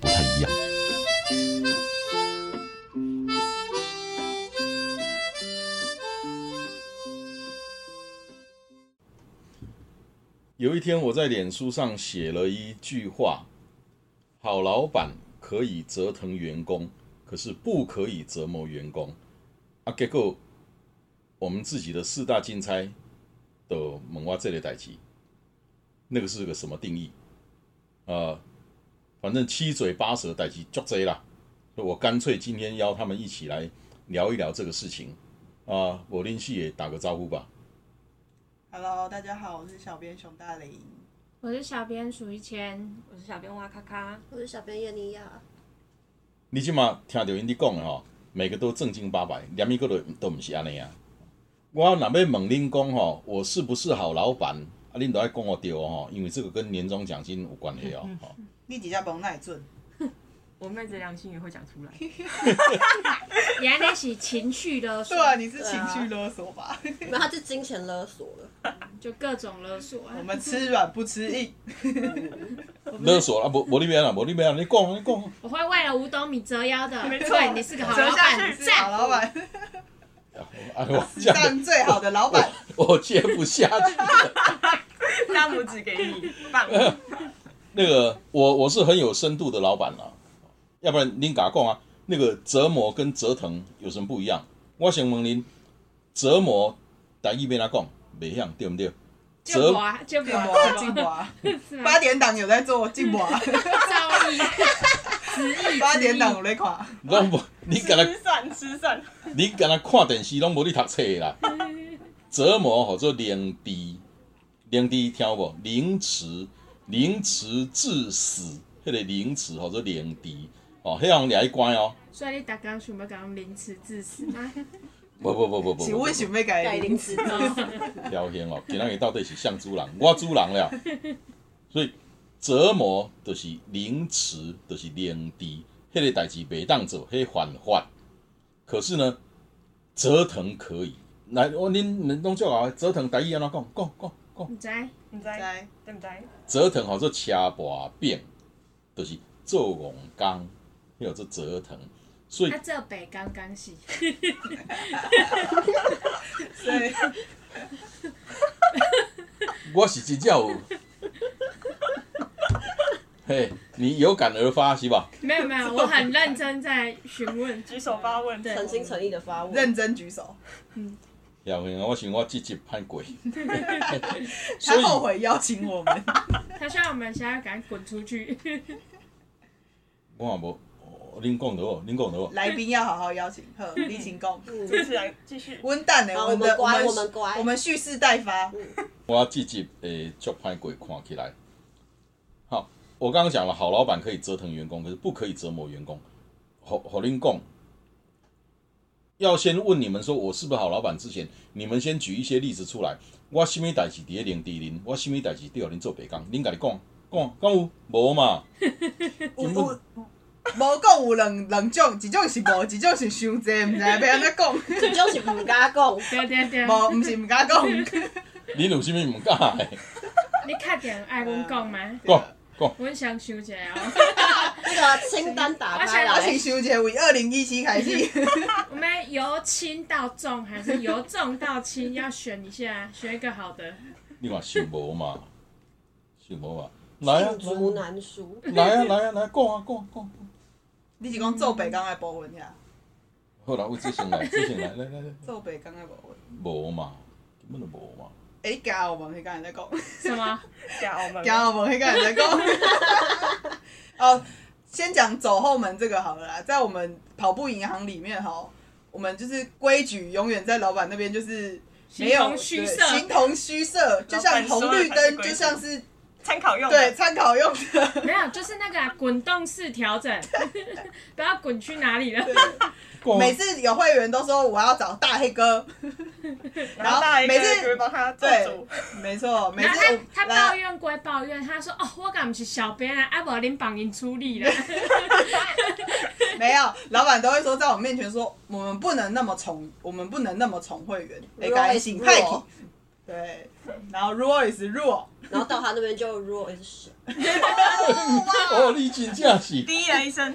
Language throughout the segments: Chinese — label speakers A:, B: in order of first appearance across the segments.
A: 不太一样。有一天，我在脸书上写了一句话。好老板可以折腾员工，可是不可以折磨员工。啊，结果我们自己的四大竞猜的猛蛙这类代级，那个是个什么定义？呃，反正七嘴八舌代级就这啦。所以我干脆今天邀他们一起来聊一聊这个事情。啊、我林旭也打个招呼吧。
B: Hello，大家好，我是小编熊大林。
C: 我是小编数一千，
D: 我是小编哇咔咔，
E: 我是小编叶尼亚，
A: 你即马听着因伫讲的吼，每个都正经八百，连伊个都都毋是安尼啊。我若要问恁讲吼，我是不是好老板？啊，恁都爱讲我对哦吼，因为这个跟年终奖金有关系哦。吼
B: 你几家甭耐准，
D: 我妹子良心也会讲出来。
C: 原来是情绪勒索
B: 对，啊，你是情绪勒索吧？
E: 没有，他是金钱勒索了。
C: 就各种勒索啊。
B: 我们吃软不吃硬，
A: 勒索啊，无无你免啦，无你免啦，你讲你讲。
C: 我会为了五斗米折腰的，
B: 没错
C: 对你是个好
B: 折
C: 老
B: 下去
C: 板，
B: 是好
C: 赞！
B: 老板，
A: 啊，我
B: 史
A: 这样
B: 上最好的老板。
A: 我接不下去。
D: 大拇指给你，棒！
A: 那个我我是很有深度的老板啦、要不然您敢讲啊？那个折磨跟折腾有什么不一样？我想问您，折磨台语边来讲，袂样对不对？
C: 就
A: 折
C: 我啊就
B: 静
C: 我
B: 华，静华，
C: 是吗
B: 八？点档有在做静华，
C: 造诣，直译
B: 八点档有在看。
A: 拢无，你敢若
D: 吃蒜吃蒜，
A: 你敢若看电视，拢无你读册啦。折磨叫做凌迟，凌迟听有无？凌迟，凌迟致死，迄、个凌迟叫做凌迟。哦，迄样掠去关哦。
C: 所以你大刚想要讲凌迟致死啊吗？
A: 不不不不不不，
B: 请问想要改
E: 改
B: 零
E: 零指
B: 食？
E: 标，
A: 聊天哦，今仔日到底是像主人，我主人了，所以折磨就是凌迟，就是凌迟，迄、个代志袂当做，迄、个犯法。可是呢，折腾可以。来，我恁恁拢照啊，折腾台语安怎讲？讲讲讲。
C: 你知？
D: 你知
B: 在
D: 对不知？
A: 折腾吼做车跋变，就是做戆工，迄有做折腾。所以
C: 他这北刚刚是，
B: 对，
A: 我是真正有，嘿，你有感而发是吧？
C: 没有没有，我很认真在询问。
D: 举手发问，
C: 对
E: 诚心诚意的发问，
B: 认真举手。
A: 晓得，我想我即集歹过，所
B: 他
A: 以
B: 后悔邀请我们，
C: 他希望我们现在赶紧滚出 去。
A: 我也无，哦恁讲得哦，恁讲得哦。
B: 来宾要好好邀请。呵，李请功，
E: 嗯
D: 主持人继续。
B: 温蛋呢？
E: 好
B: 我们的
E: 我们乖
B: 我
E: 我们乖
B: 我们蓄势待发。
A: 我这集诶，足歹过看起来。好，我刚刚讲了，好老板可以折腾员工，可是不可以折磨员工。好，好恁讲，要先问你们说我是不是好老板之前，你们先举一些例子出来。我什么代志伫咧零地零，我什么代志对恁做白工，恁家己讲讲讲有无嘛？
B: 有
A: 全部
B: 有，无讲有两两种，一种是无，一种是伤济，毋知要安怎 讲。
E: 这就是唔敢讲，
C: 对对对，
B: 无，毋是毋敢 讲。
A: 恁有啥物毋敢的？
C: 你确定爱阮讲吗？
A: 讲讲，
C: 阮想想一下哦。
E: 那个啊清单打开
B: 我
E: 来
B: 请，想一下，为二零一七开 始，
C: 我们由轻到重还是由重到轻？要选一下，选一个好的。
A: 你嘛想无嘛？想无嘛？来啊
E: 罄竹难书。
A: 来啊来啊来啊，讲啊讲啊讲啊。
B: 你是讲做白工的部分呀？
A: 好啦，我之前来，之前来，来来来，
C: 嗯
B: 做白工的部分。
A: 无嘛，根本就无嘛。
B: 诶，惊澳门迄个人在讲，
C: 什 么？
D: 讲我们
B: 惊澳门迄个人在 讲。哦，先讲走后门这个好了啦，在我们跑步银行里面哈，我们就是规矩永远在老板那边就是没有
C: 形同虚设
B: 对形同虚设，就像红绿灯，就像是。
D: 参考用的。
B: 对，参考用的。
C: 没有，就是那个啊滚、动式调整， 不要滚去哪里了。
A: 够
B: 每次有会员都说我要找大黑哥，
D: 然后大家一个
B: 每次
D: 就会帮他做主，
B: 没错，每
C: 然
B: 次
C: 后
B: 我
C: 他他
B: 来
C: 抱怨归抱怨，他说哦，我敢不是小编啊，啊，无恁帮因处 理啦。
B: 没有，老板都会说在我面前说，我们不能那么宠，我们不能那么宠会员，哎，感情派
E: 弱
B: 对，然后 rule is rule，
E: 然后到他那边就 r u l 也是神，
A: 哦，你真正是。
D: 第一人生，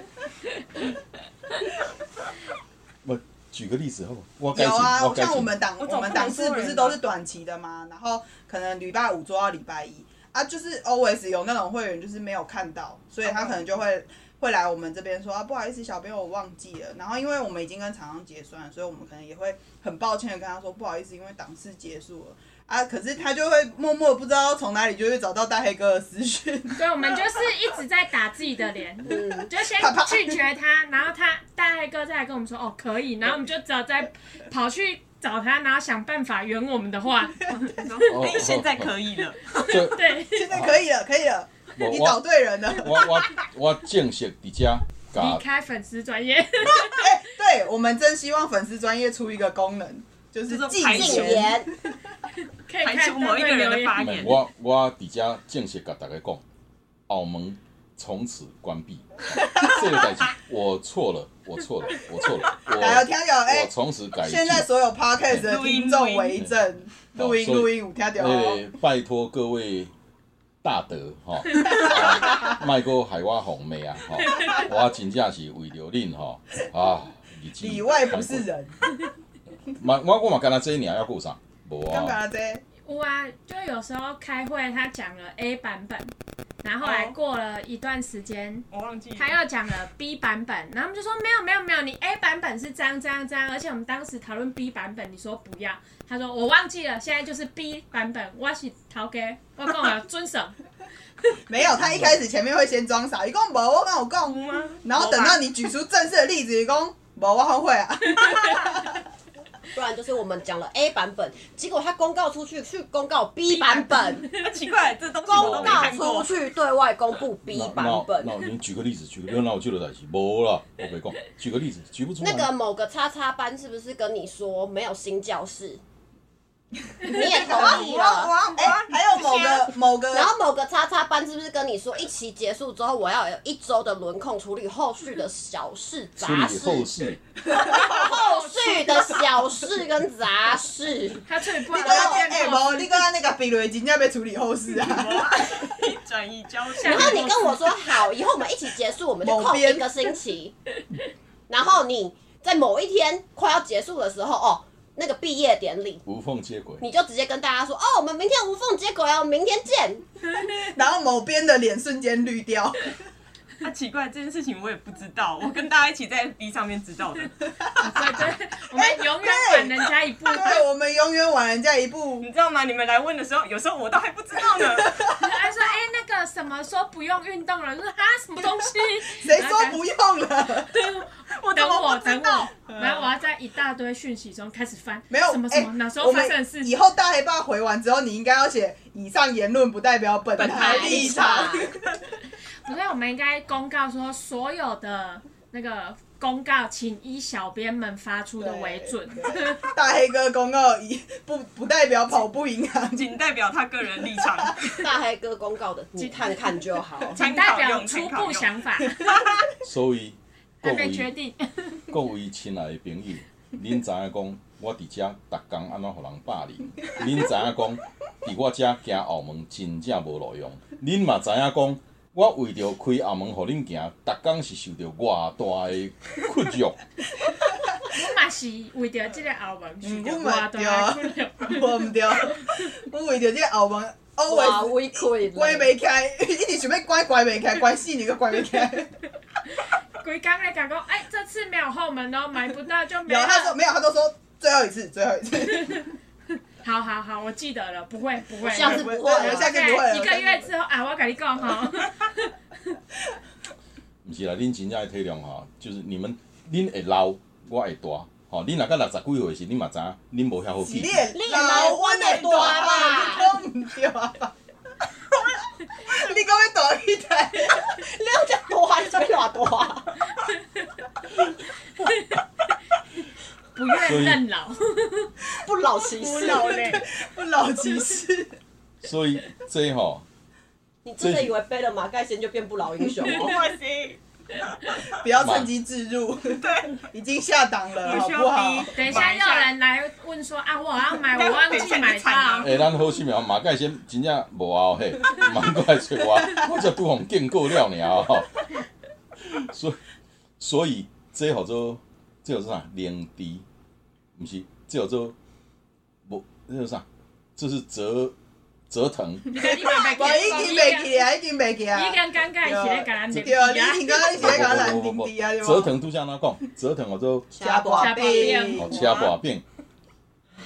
A: 我举个例子好不好？我改
B: 有啊，
A: 我改
B: 像我们档
D: 我
B: 我
D: 总
B: 们
D: 不能
B: 档次
D: 说
B: 不
D: 人
B: 是
D: 吧
B: 都是短期的吗？然后可能礼拜五做到礼拜一啊，就是 always 有那种会员就是没有看到，所以他
D: 嗯
B: 可能就会会来我们这边说啊，不好意思，小朋友我忘记了。然后因为我们已经跟厂商结算了，所以我们可能也会很抱歉的跟他说不好意思，因为档次结束了。啊！可是他就会默默不知道从哪里就会找到大黑哥的私讯，
C: 对，我们就是一直在打自己的 脸，
E: 嗯，
C: 就先拒绝他，然后他大黑哥再来跟我们说哦可以，然后我们就只好再跑去找他，然后想办法圆我们的 话。
A: 哦
D: 哎，现在可以了，
A: 这
C: 对，
B: 现在可以了，可以 了，
A: 我
B: 你找
A: 我
B: 对人了。
A: 我我我正式伫遮甲
C: 离开粉丝专业，
B: 哎、 对我们真希望粉丝专业出一个功能，就是
D: 就是
B: 禁
D: 排
E: 禁
B: 言
D: 除。
E: 言，
C: 可以
D: 排
C: 看
D: 除
C: 到
D: 某一个
C: 会
D: 人
C: 留
D: 的
C: 言。
D: 发言。
A: 我我伫遮正式甲大家讲，澳门从此关 闭。这个代志我错了，我错了，我错了，
B: 来，有
A: 我
B: 听到 哎、
A: 我从此改进。
B: 现在所有 podcast 的听众为证，录
A: 录
B: 音
A: 音
B: 录音有听到哦，
A: 哎，拜托各位大德吼，啊卖过海我红妹啊吼，我真正是为了恁吼啊，日子
B: 里外不是人。
A: 嘛，我我嘛干那这一年要顾啥？无
B: 刚
A: 啊，
B: 刚这
C: 有啊，就有时候开会他讲了 A 版本，然后后来
D: 哦
C: 过了一段时间，
D: 我忘记了
C: 他又讲了 B 版本，然后他们就说没有没有没有，你 A 版本是这样这样这样，而且我们当时讨论 B 版本，你说不要，他说哦我忘记了，现在就是 B 版本，我是头家，我讲了遵守，
B: 没有，他一开始前面会先装傻，一共无我跟我讲，
D: 吗？
B: 然后等到你举出正式的例子，一共无我后悔啊。
E: 不然就是我们讲了 A 版本，结果他公告出去去公告 B 版 本，
D: 啊奇怪，这东西我都
E: 公
D: 没
E: 告
D: 看
E: 出
D: 过。
E: 去对外公布 B
A: 那
E: 版
A: 那
E: 本
A: 那，你举个例子，举个例子，那我记得代志无啦，我袂讲，举个例子，举不出来。
E: 那个某个叉叉班是不是跟你说没有新教室？你也同意
B: 哇
E: 了。
B: 哇 哎，还有某个某个，
E: 啊然后某个叉叉班是不是跟你说，一期结束之后，我要有一周的轮控处理后续的小事
A: 处
E: 杂
A: 理
E: 事，
A: 后事，
E: 后续的小事跟杂事，
C: 他退步
B: 你
C: 了，
B: 跟他
C: 他变
B: 哎，
C: 弱
B: 无你跟他那个比雷真正要处理后事 啊。
D: 转移焦点
E: 然，后你跟我说好，以后我们一起结束，我们就
B: 某
E: 空
B: 边
E: 一个星期。然后你在某一天快要结束的时候，哦，那个毕业典礼，
A: 无缝接轨。
E: 你就直接跟大家说，哦，我们明天无缝接轨哦，明天见。
B: 然后某边的脸瞬间绿 掉，
D: 啊奇怪，这件事情我也不知道，我跟大家一起在 B 上面知道的。
C: 对对，我们永远晚人家一步，
B: 哎对我们永远晚人家一步
D: 你。知道吗？你们来问的时候，有时候我都还不知道呢。
C: 他说哎那个什么说不用运动了，我说啊什么东西，
B: 谁说不用了？
D: 我怎
C: 等
D: 么
C: 我，
D: 不知
C: 等
D: 道
C: 我？，然后我要在一大堆讯息中开始翻，
B: 没有
C: 什么什
B: 哎
C: 么，哪时
B: 我
C: 候发
B: 们
C: 生的事
B: 以后大黑爸回完之后，你应该要写以上言论不代表本台立场。
C: 不对，我们应该公告说所有的那个公告，请依小编们发出的为准。
B: 大黑哥公告以不不代表跑步银行。
D: 仅代表他个人立 场，
E: 大黑哥公告的，你看看就 好。
C: 请代表初步 想法，
A: 所以各
C: 还没决
A: 位
C: 定。
A: 各位亲爱的朋友，恁知影讲我伫遮逐工安怎互人霸凌？恁知影讲伫我遮行澳门真正无路用？恁嘛知影讲我为着开澳门互恁行，逐工是受着偌大的屈辱。
C: 我嘛是为着这个澳门去的，
B: 嗯我
C: 我
B: 嘛
C: 都
B: 对
C: 来
B: 啊
C: 困了。
B: 我唔对，我为着这个澳门
E: 哇，
B: always
E: 我亏
B: 关
E: 了。
B: 袂开，一直想要关关袂开，关死你个关袂开。
C: 规工来讲讲，哎，这次没有后门哦，买不到就 没
B: 有他说
C: 了。
B: 没有，他都说最后一次，最后一次。
C: 好好好，我记得了，不会不会。
E: 下次不会了
B: 对下次不会了。
C: 一个月之后啊，我跟你 讲哈，
A: 毋是啦，恁真正要体谅吼，就是你们恁会老，我会大，吼，恁若到六十几岁时，恁嘛知影，恁无遐好
B: 是
A: 记
B: 你
A: 性。
B: 的
E: 你的
B: 老
E: 老
B: 阮
E: 阮
B: 的
E: 的
B: 大
E: 大
B: 吧，
E: 吧
B: 你讲唔对啊？有一台，
E: 六只多啊，这边多啊，
C: 不愿认老，
E: 不老其
D: 不
E: 事。
D: 老 嘞，
B: 不老骑士。
A: 所以这吼、
E: 你真的以为背了马盖先就变不老英雄
D: 不
E: 哦？
D: 会行，
B: 不要趁机置入，对，已经下档了，好
D: 需
B: 不
D: 要
B: 好
D: 逼？。
C: 等一下又有人来问说啊，我要买，我忘记买到。
A: 诶、哎咱好心苗啊马盖先真正无后嘿， 蛮过来找我，我才拄互见过了尔吼。 所以所以这叫做这叫做啥？零低，毋是这叫做无这叫啥？这是折折 腾，
C: 你看你买买
B: 我已经袂记啊，已经袂记啊。
C: 你刚尴尬，起来给咱
B: 对啊，你你刚刚写讲蓝丁地啊，对吗
A: 折腾拄则安怎讲？折腾叫做
B: 吃大饼
A: 哦，，车把柄，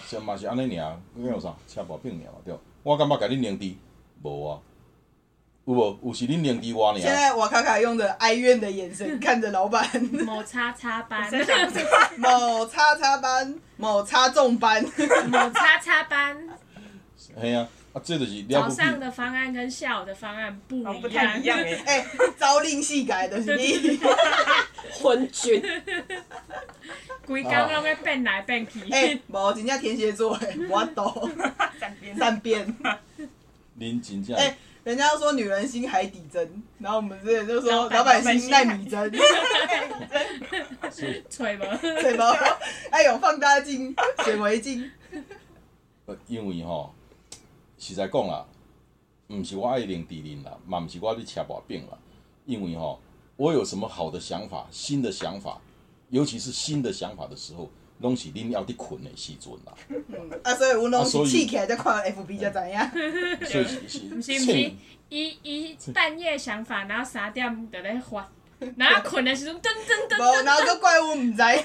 A: 是嘛是安尼尔，你有啥？车把柄尔嘛对。我感觉甲恁零低无啊，有无？有是恁零低我
B: 现
A: 尔。
B: 在瓦卡卡用着哀怨的眼神看着老板，
C: 某叉叉班，
D: 真想不出
B: 某叉叉班，某叉重班，
C: 某叉叉班，
A: 嘿啊，啊，这就是了
C: 早
A: 不起。
C: 上的方案跟下午的方案不
D: 好像不
C: 一
D: 太
C: 样
D: 一。样哎。
B: 哎，朝令夕改的是你，
E: 昏君，
C: 规工拢在变来变去。
B: 哎，某真正天蝎座哎，我懂，
D: 三边
B: 善变。
A: 恁真正，
B: 哎人家说女人心海底针，然后我们之前就说老
D: 老
B: 板
D: 板
B: 心
D: 心
B: 奈
D: 奈
B: 米
D: 米
B: 针，
C: 吹无，
B: 什么？哎呦，放大镜、显微 镜，
A: 呃因为吼，实在讲啦，毋是我爱零敌人啦，嘛毋是我咧吃把柄啦，因为吼，我有什么好的想法、新的想法，尤其是新的想法的时候，拢是恁要伫困的时阵啦，
B: 嗯啊，所以我拢
A: 啊所
B: 是
A: 以
B: 气起来才看 FB 才知影。
A: 所以是是
C: 毋是毋是，伊伊半夜想法，然后三点就咧发，然后困的时阵噔噔噔
B: 无，
C: 噔，
B: 然后个怪物 唔知，
C: 哎，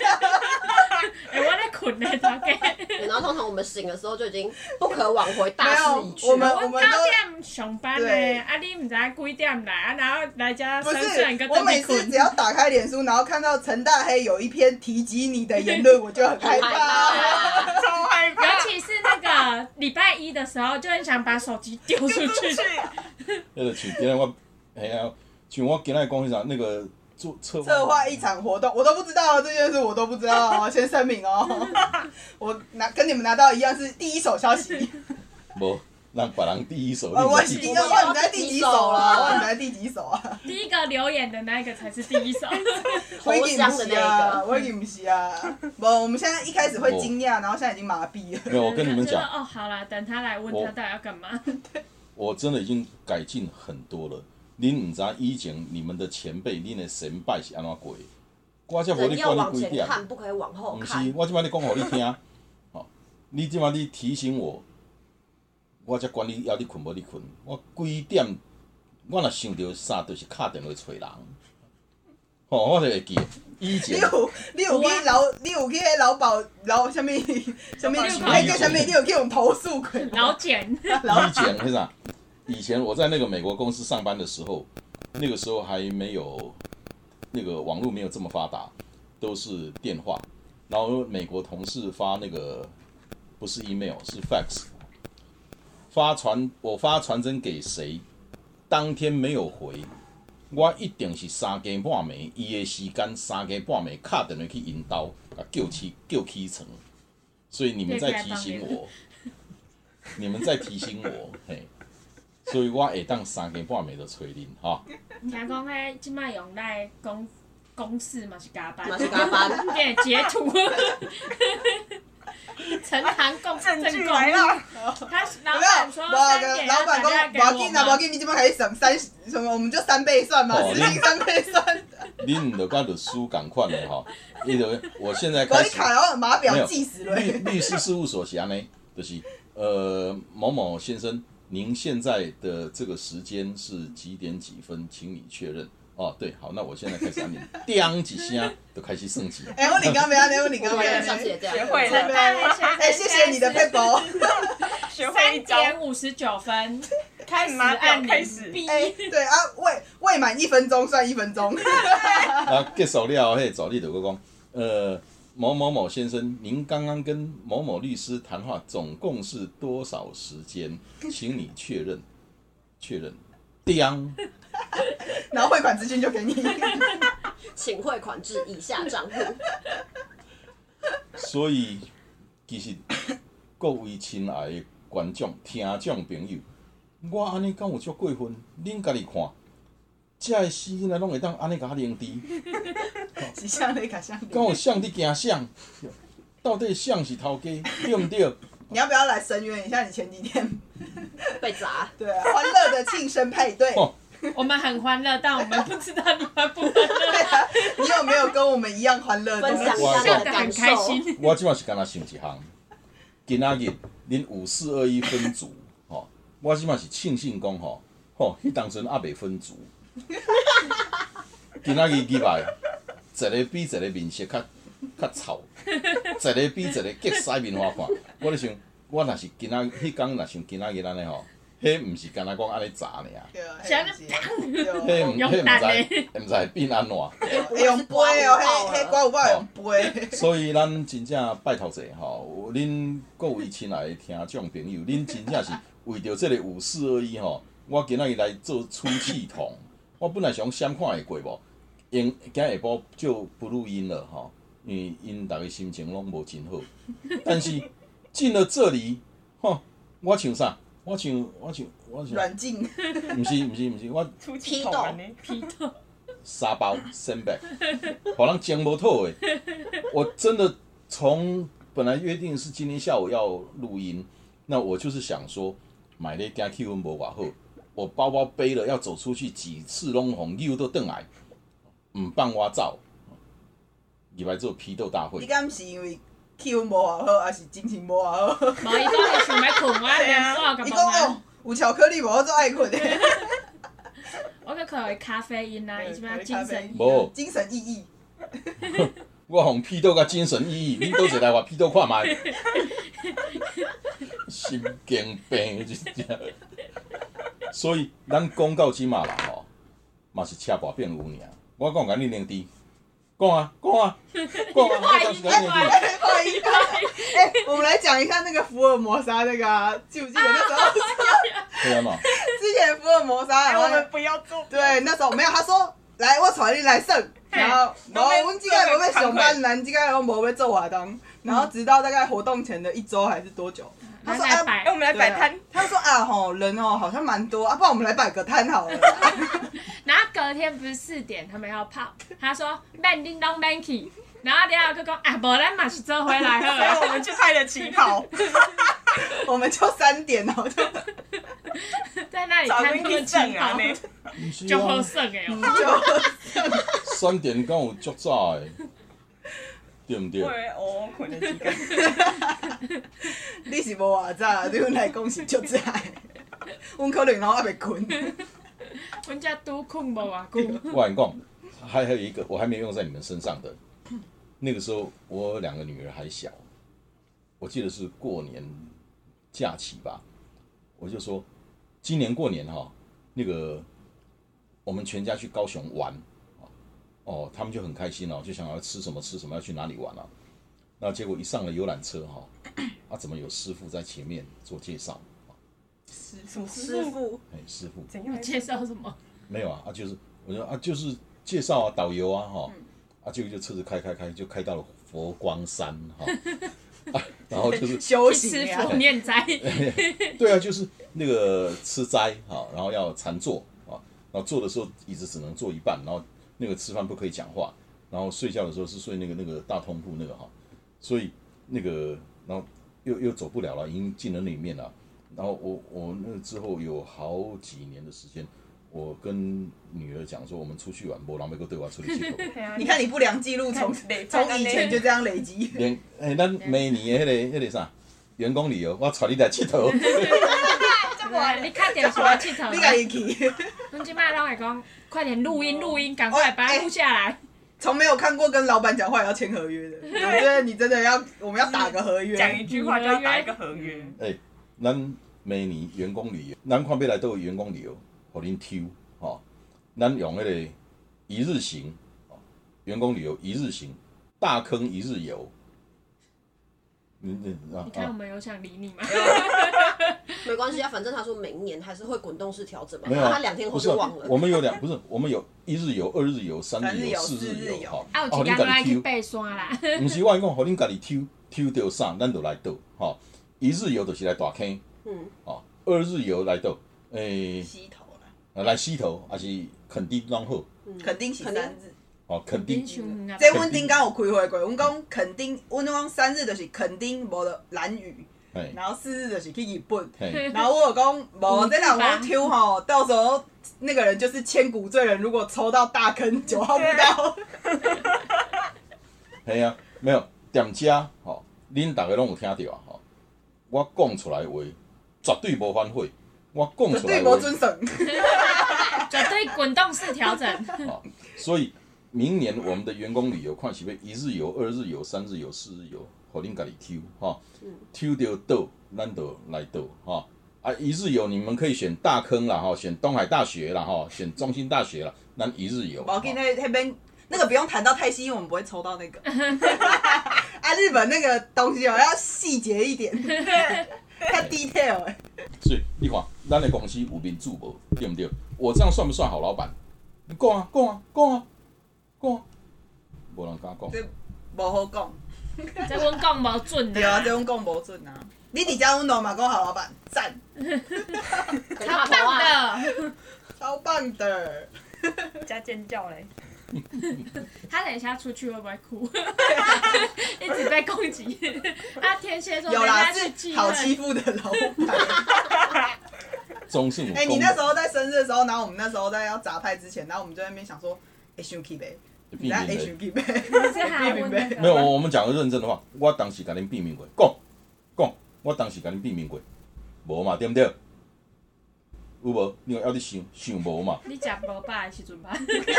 C: 我咧困咧，大概
E: 然后通常我们醒的时候就已经不可挽回，大势已去
B: 没有我们
E: 了。
C: 我九点上班咧，啊你毋知几点来，啊然后来家
B: 不
C: 三点
B: 是
C: 个
B: 我
C: 等
B: 每
C: 你
B: 次
C: 困
B: 只。要打开脸书，然后看到陈大黑有一篇提及你的言论，我就很害
E: 很 害
B: 怕。
E: 怕
D: 超害怕，
C: 尤其是那个礼拜一的时候，就很想把手机丢出去。
A: 迄个像今日我，嘿啊，像我今日讲迄啥那个做策划
B: 策划一场活动，我都不知道这件事，我都不知道哦，先声明 哦。我拿跟你们拿到一样是第一手消 息，
A: 无，让别人第一手，
B: 呃，
A: 你
B: 我
A: 不
B: 已
A: 是
B: 经
A: 第
B: 要
A: 一手
B: 问你在第几手了，我问你在第几手啊？
C: 第一个留言的那个才是第一手，
B: 我已
E: 头
B: 经
E: 香
B: 不
E: 的
B: 是
E: 那
B: 啊
E: 个，，
B: 我已经不是啊。不，我们现在一开始会惊讶，然后现在已经麻痹 了。
A: 没有，我跟你们
C: 觉
A: 讲
C: 得，哦，好啦，等他来问
A: 我
C: 他到底要干嘛。
A: 我真的已经改进很多了。恁毋知以前你们的前辈、恁的神拜是安怎过的？我才无
E: 人
A: 你
E: 要
A: 管
E: 往
A: 你几
E: 前
A: 点，
E: 看，不可以往后
A: 毋
E: 看
A: 是，。我即摆咧讲互你听， 吼、你即摆你提醒我，我才管你要你困无你困。我几点，我若想到啥，就是敲电话找人，吼、我就会记。以
B: 你
A: 前
B: 有你有去老你有去那老保老什么什么
C: 老保
B: 那叫什么？你有去我们投诉过吗？
C: 老简，
A: 以前是啥？以前我在那个美国公司上班的时候，那个时候还没有那个网络没有这么发达，都是电话。然后美国同事发那个不是 email 是 fax，发传我发传真给谁，当天没有回，我一定是三更半暝，伊的时间三更半暝敲电话去引导，啊叫起叫起床。所以你们在提醒我，你们在提醒我，嘿，所以我会当三更半暝就催恁哈。
C: 听讲迄即摆用来公公事嘛是加班，
E: 嘛是 加班
C: 变截 图。陈堂共
D: 证据
C: 共
D: 来了，
C: 他老
B: 有没
C: 板
B: 有？
C: 说
B: 我
C: 三
B: 跟
C: 点
B: 老
C: 要
B: 板公
C: 打电话，给
B: 我要
C: 我
B: 紧啦，我要
C: 们，
B: 紧，啊你这边可以省三什么？我们就三倍算嘛，
A: 哦
B: 实行三倍算。
A: 恁就甲律师共款的吼，伊就我现在
B: 我
A: 开
B: 一
A: 始
B: 卡，然后码
A: 没
B: 表
A: 有
B: 计时了。
A: 律律师事务所是安尼，就是呃某某先生，您现在的这个时间是几点几分，请你确认。哦，对，好，那我现在开始按铃，叮几声就开始算钱。
B: 哎，我领刚没安尼，我领
E: 我
B: 刚没
E: 们
B: 安尼
E: 上次也这样，
D: 学会
C: 陈
D: 了，
C: 大黑先生
B: 哎，谢谢你的佩宝。
D: 学会
C: 三
D: 一招，
C: 点五十九分开始
D: 马表
C: 按铃
D: 开始
C: 闭
B: 哎，对啊，未未满一分钟算一分钟。
A: 啊，结束了，嘿，早你就讲，呃，某某某先生，您刚刚跟某某律师谈话，总共是多少时间？请你确认，确认，叮，
B: 然后汇款资金就给你。
E: 请汇款至以下账户。
A: 所以其实各位亲爱的观众、听众朋友，我安尼敢有足过分？恁家己看，遮个死囡仔拢会当安尼甲我凌迟，
B: 是像那个像
A: 敢有谁伫惊谁？到底谁是头家，对毋对？
B: 你要不要来声援一下你前几天？
E: 被砸，
B: 对啊，欢乐的庆生派对。
A: 哦
C: 我们很欢乐，但我们不知道你欢不欢乐，
B: 对啊，你有没有跟我们一样欢乐的
E: 分
B: 东西？
E: 享一下
C: 笑
E: 你
C: 得
E: 的
C: 很
E: 感
C: 开
E: 受。
C: 心。
A: 我即满是干那想一项，今仔日恁五四二一分组吼、我即满是庆幸讲吼，吼、迄当阵还未分组，今仔日入来，一个比一个面色较较臭，一个比一个结屎面花看。我咧想，我若是今仔迄工若像今仔日安尼吼，迄毋是干那讲安尼炸尔，
B: 对啊，
C: 想
A: 迄
B: 对
A: 毋
B: 啊
A: 迄毋知毋知变安怎。
B: 会用杯哦，黑黑刮胡泡会用杯。
A: 所以咱真正拜托者吼，恁各位亲爱的听众朋友，恁真正是为着即个五四二一吼，我今仔日来做出气筒。我本来想闪看会过无，因今下晡就不录音了吼，因为因逐个心情拢无真好。但是进了这里，吼，我像啥？我像我像我像，
B: 软禁，
A: 毋是毋是毋是，我
D: 出气筒啊呢，
C: 批斗，
A: 沙包、身 背，好让讲不透哎！我真的从本来约定是今天下午要录音，那我就是想说买了加 Q 温博瓦后，我包包背了要走出去几次拢红又都邓来，唔放我走，以来做批斗大
B: 你
A: 会，
B: 敢是因为气氛无好好，还是心情无好好？
C: 毛伊讲你想要困，我连我
B: 伊讲
C: 个帮
B: 哦
C: 忙，，
B: 有巧克力无，我做爱困的，
C: 我个可以咖啡因啊，伊即摆精神奕奕
A: 无
B: 精神奕奕。
A: 我红批斗个精神意义，你都一来我批斗看卖，神经病真正。所以咱讲到即嘛啦吼，嘛是车跋变有尔。我讲甲你两滴，讲啊讲啊讲啊，我讲是甲你两滴。
B: 哎，不好意思，哎，我们来讲一下那个福尔摩沙那个啊，记不记得那时候？
A: 对啊嘛，
B: 之前福尔摩沙，
D: 哎，
B: 然后
D: 我们不要做，
B: 对，那时候没有，他说来我带你来耍，然后无，阮即个无要上班，咱即个拢无要做活动，然后直到大概活动前的一周还是多久，他
C: 来
B: 说
C: 来
B: 啊。
D: 哎，我
C: 摆，
D: 们来摆摊
B: 对啊，他说啊吼，人哦好像蛮多啊，不然我们来摆个摊好了啦。
C: 然后隔天不是四点他们要泡，他说慢叮咚慢去，然后了后就讲啊，无咱嘛是做回来
D: 所 以
C: 好啊
D: 我
C: 了，
D: 们去拍了旗袍，
B: 我们就三点哦，就
C: 在那里
D: 找
C: 看
D: 人
C: 他
D: 去
C: 们
D: 挣
C: 吃
D: 啊
C: 饱
D: 呢，
A: 毋是
C: 就好
A: 啊，
C: 耍的哦。
B: 就
A: 三点敢有足早诶，对毋对
D: 我以？为哦，困了几个，
B: 你是无话早，对阮来讲是足早 的。阮可能然后还袂困，
C: 阮遮拄困无偌久，
A: 我跟你讲，还还有一个我还没用在你们身上的，那个时候我两个女儿还小，我记得是过年假期吧，我就说今年过年哈、那个我们全家去高雄玩，哦，他们就很开心哦，就想要吃什么吃什么，要去哪里玩啊。那结果一上了游览车哈、啊，怎么有师傅在前面做介绍？
D: 什么师傅？
B: 傅，
A: 哎，师傅
D: 怎样？
C: 介绍什么？
A: 没有啊，啊就是我说啊就是介绍啊导游啊哈，啊结果就车子开开开就开到了佛光山哈、啊然后就是
B: 修
C: 师
B: 行啊
C: 傅，念斋，
A: 对啊就是那个吃斋哈，然后要禅坐啊，然后坐的时候椅子只能坐一半，然后那个吃饭不可以讲话，然后睡觉的时候是睡那个那个大通铺那个哈，所以那个然后又又走不了了，已经进了里面了。然后我我那之后有好几年的时间，我跟女儿讲说，我们出去玩，无人要搁对我出去佚佗。
D: 对啊
B: 你看你不良记录从
D: 累
B: 从以前就这样累积。
A: 连哎诶、咱每年的迄、个迄、个啥员工旅游，我带你来佚佗。
C: 你看点什么佚佗
B: 你家哦
C: 啊？
B: 己去，
C: 阮即摆拢会讲，快点录音录音，赶快把它录下
B: 哎
C: 来。
B: 从没有看过跟老板讲话也要签合 约的，我觉得你真的要，我们要打个合约。
D: 讲一句话就要打一个合约，
A: 咱每年员工旅游，咱看要来都有员工旅游，哦互恁抽吼、咱用迄个一日行，哦员工旅游一日行，大坑一日游，你你啊
C: 你看我
A: 啊，
C: 们有想理你吗？
B: 哦
E: 没关系啊，反正他说明年还是会滚动式调整嘛，
A: 没有
E: 然后
A: 啊，
E: 他两天后
A: 不是
E: 就
A: 啊
E: 忘了。
A: 我们有两不是，我们有一日游、二日游、三日游、
B: 三日游
A: 四
B: 四日
A: 日
B: 游
A: 游，好，
C: 啊，有
A: 哦
C: 一
A: 你
C: 天
A: 家
C: 来
A: 己
C: 去
A: 抽，
C: 爬山啦，
A: 毋是我跟你讲，互恁家己抽抽到啥，咱就来倒，吼。一日游就是来大坑，
E: 嗯，
A: 哦，二日游来倒，诶、
B: 西头啦，
A: 来溪头，还是垦丁拢好，
E: 嗯
B: 肯定是
E: 肯
B: 三
E: 定
B: 日。
A: 哦，垦丁
C: 丁
D: 嗯
C: 熊啊，
B: 这阮顶刚有开会过，阮讲肯定，阮讲三日就是肯定无了蓝屿，
A: 嘿，
B: 然后四日就是去日 本。
A: 嘿，
B: 然后我有讲，无
C: 嗯
B: 这两
C: 地方
B: 我抽吼，到时候那个人就是千古罪人，如果抽到大坑九号不 到，
A: 嘿啊，没有店家，吼、恁大家拢有听到啊，吼、我讲出来的话，绝对无反悔，我讲
B: 绝
A: 出来
B: 对
A: 的
B: 无
A: 话，
B: 准绳。
C: 绝对滚动式 调整，
A: 哦，所以明年我们的员工旅游，看是要一日游、二日游、三日游、四日游，互恁家己抽哈
E: 嗯，
A: 抽到倒，咱就来倒哈。啊，一日游你们可以选大坑啦哈，选东海大学啦哈，选中心大学啦，咱一日游。
B: 我要跟
A: 哈
B: 那那边那个不用谈到太细，因为我们不会抽到那个。 啊，日本那个东西哦，要细节一 点，要 detail 欸
A: 所以你看，咱的公司有民主无？对不对？我这样算不算好老板？你讲啊，讲啊，讲啊，讲啊，无人敢讲。
B: 这无好讲。
C: 这温讲无准
B: 对啊，这
C: 的，
B: 种讲无准啊。你伫遮阮老嘛讲好老板，赞，
C: 超棒的。
B: 超棒的。
D: 加尖叫嘞！
C: 他等一下出去会不会哭？ 一直被攻击。 啊，天蝎座
B: 有啦，
C: 人家
B: 是
C: 记
B: 好
C: 恨
B: 欺负的老 板。
A: 中是有
B: 哎、你
A: 公
B: 那时候在生日的时候，然后我们那时候在要砸派之前，然后我们就在那边想说，H U K 呗，
A: 就
B: 你
A: 变
B: 在
A: 成
B: H U K 呗，
C: 是还问那个
A: 没有，我我们讲个认真的话，我当时甲恁避免过，讲讲，我当时甲恁避免过，无嘛，对不对？有无？你有要你想想无嘛？
C: 你食无饱的时阵吧，
B: 对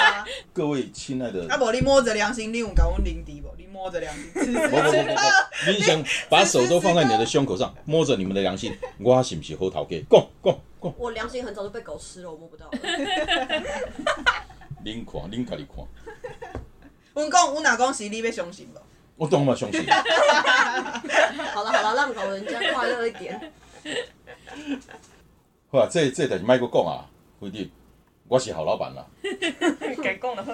B: 啊。
A: 各位亲爱的，
B: 啊，无你摸着良心，你有甲阮领地无？你摸着良心，吃
A: 不不不不不，你想把手都放在你的胸口上，摸着你们的良心，我是不是好头家？讲讲讲，
E: 我良心很早就被狗吃了，我摸不到了。
A: 恁看恁家己看，
B: 阮讲，阮若讲是你要相信无？
A: 我当然嘛相信。
E: 好了好了，让老人家快乐一点。
A: 好啊，这这代志莫阁讲啊，规定我是好老板啦。
D: 给供的呵，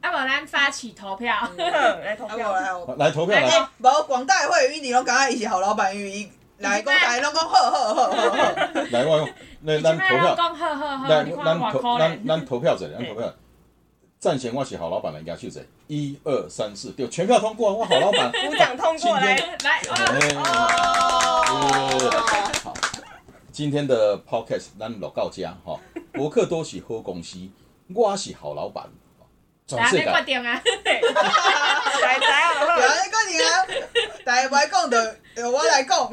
C: 啊，无咱发起投票，
D: 呵来投
B: 啊，
D: 票
B: 无。来哦。
A: 来投票
B: 哎、
A: 来，
B: 无广大的会员，你拢感觉伊是好老板，因为伊来讲来拢讲好好好好 好。
A: 来我讲，那
C: 你啊
A: 咱
C: 即
A: 投票
C: 摆拢。讲好好好，
A: 咱
C: 你看
A: 咱
C: 我
A: 投咱
C: 可能
A: 咱投票者，咱投票。赞贤我是好老板的牙秀者，一二三四，对，全票通过，我好老板。
D: 鼓掌通过来，
C: 来，哦
A: 哦，好，今天的 podcast 咱落到家哈，博客都是好公司，我是好老板，全
C: 大
A: 世
C: 家要决
A: 界
C: 定啊，
D: 来来啊
B: 有
D: 呵！
B: 安尼讲你啊，大家袂讲的，由我来讲。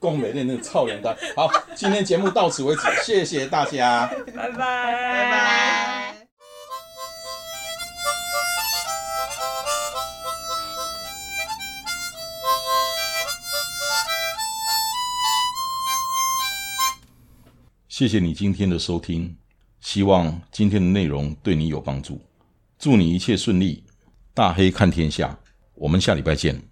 A: 共美的那个操人单。好，今天节目到此为止，谢谢大家。
D: 拜拜
B: 拜
D: 拜
B: 拜。
A: 谢谢你今天的收听，希望今天的内容对你有帮助。祝你一切顺利，大黑看天下，我们下礼拜见。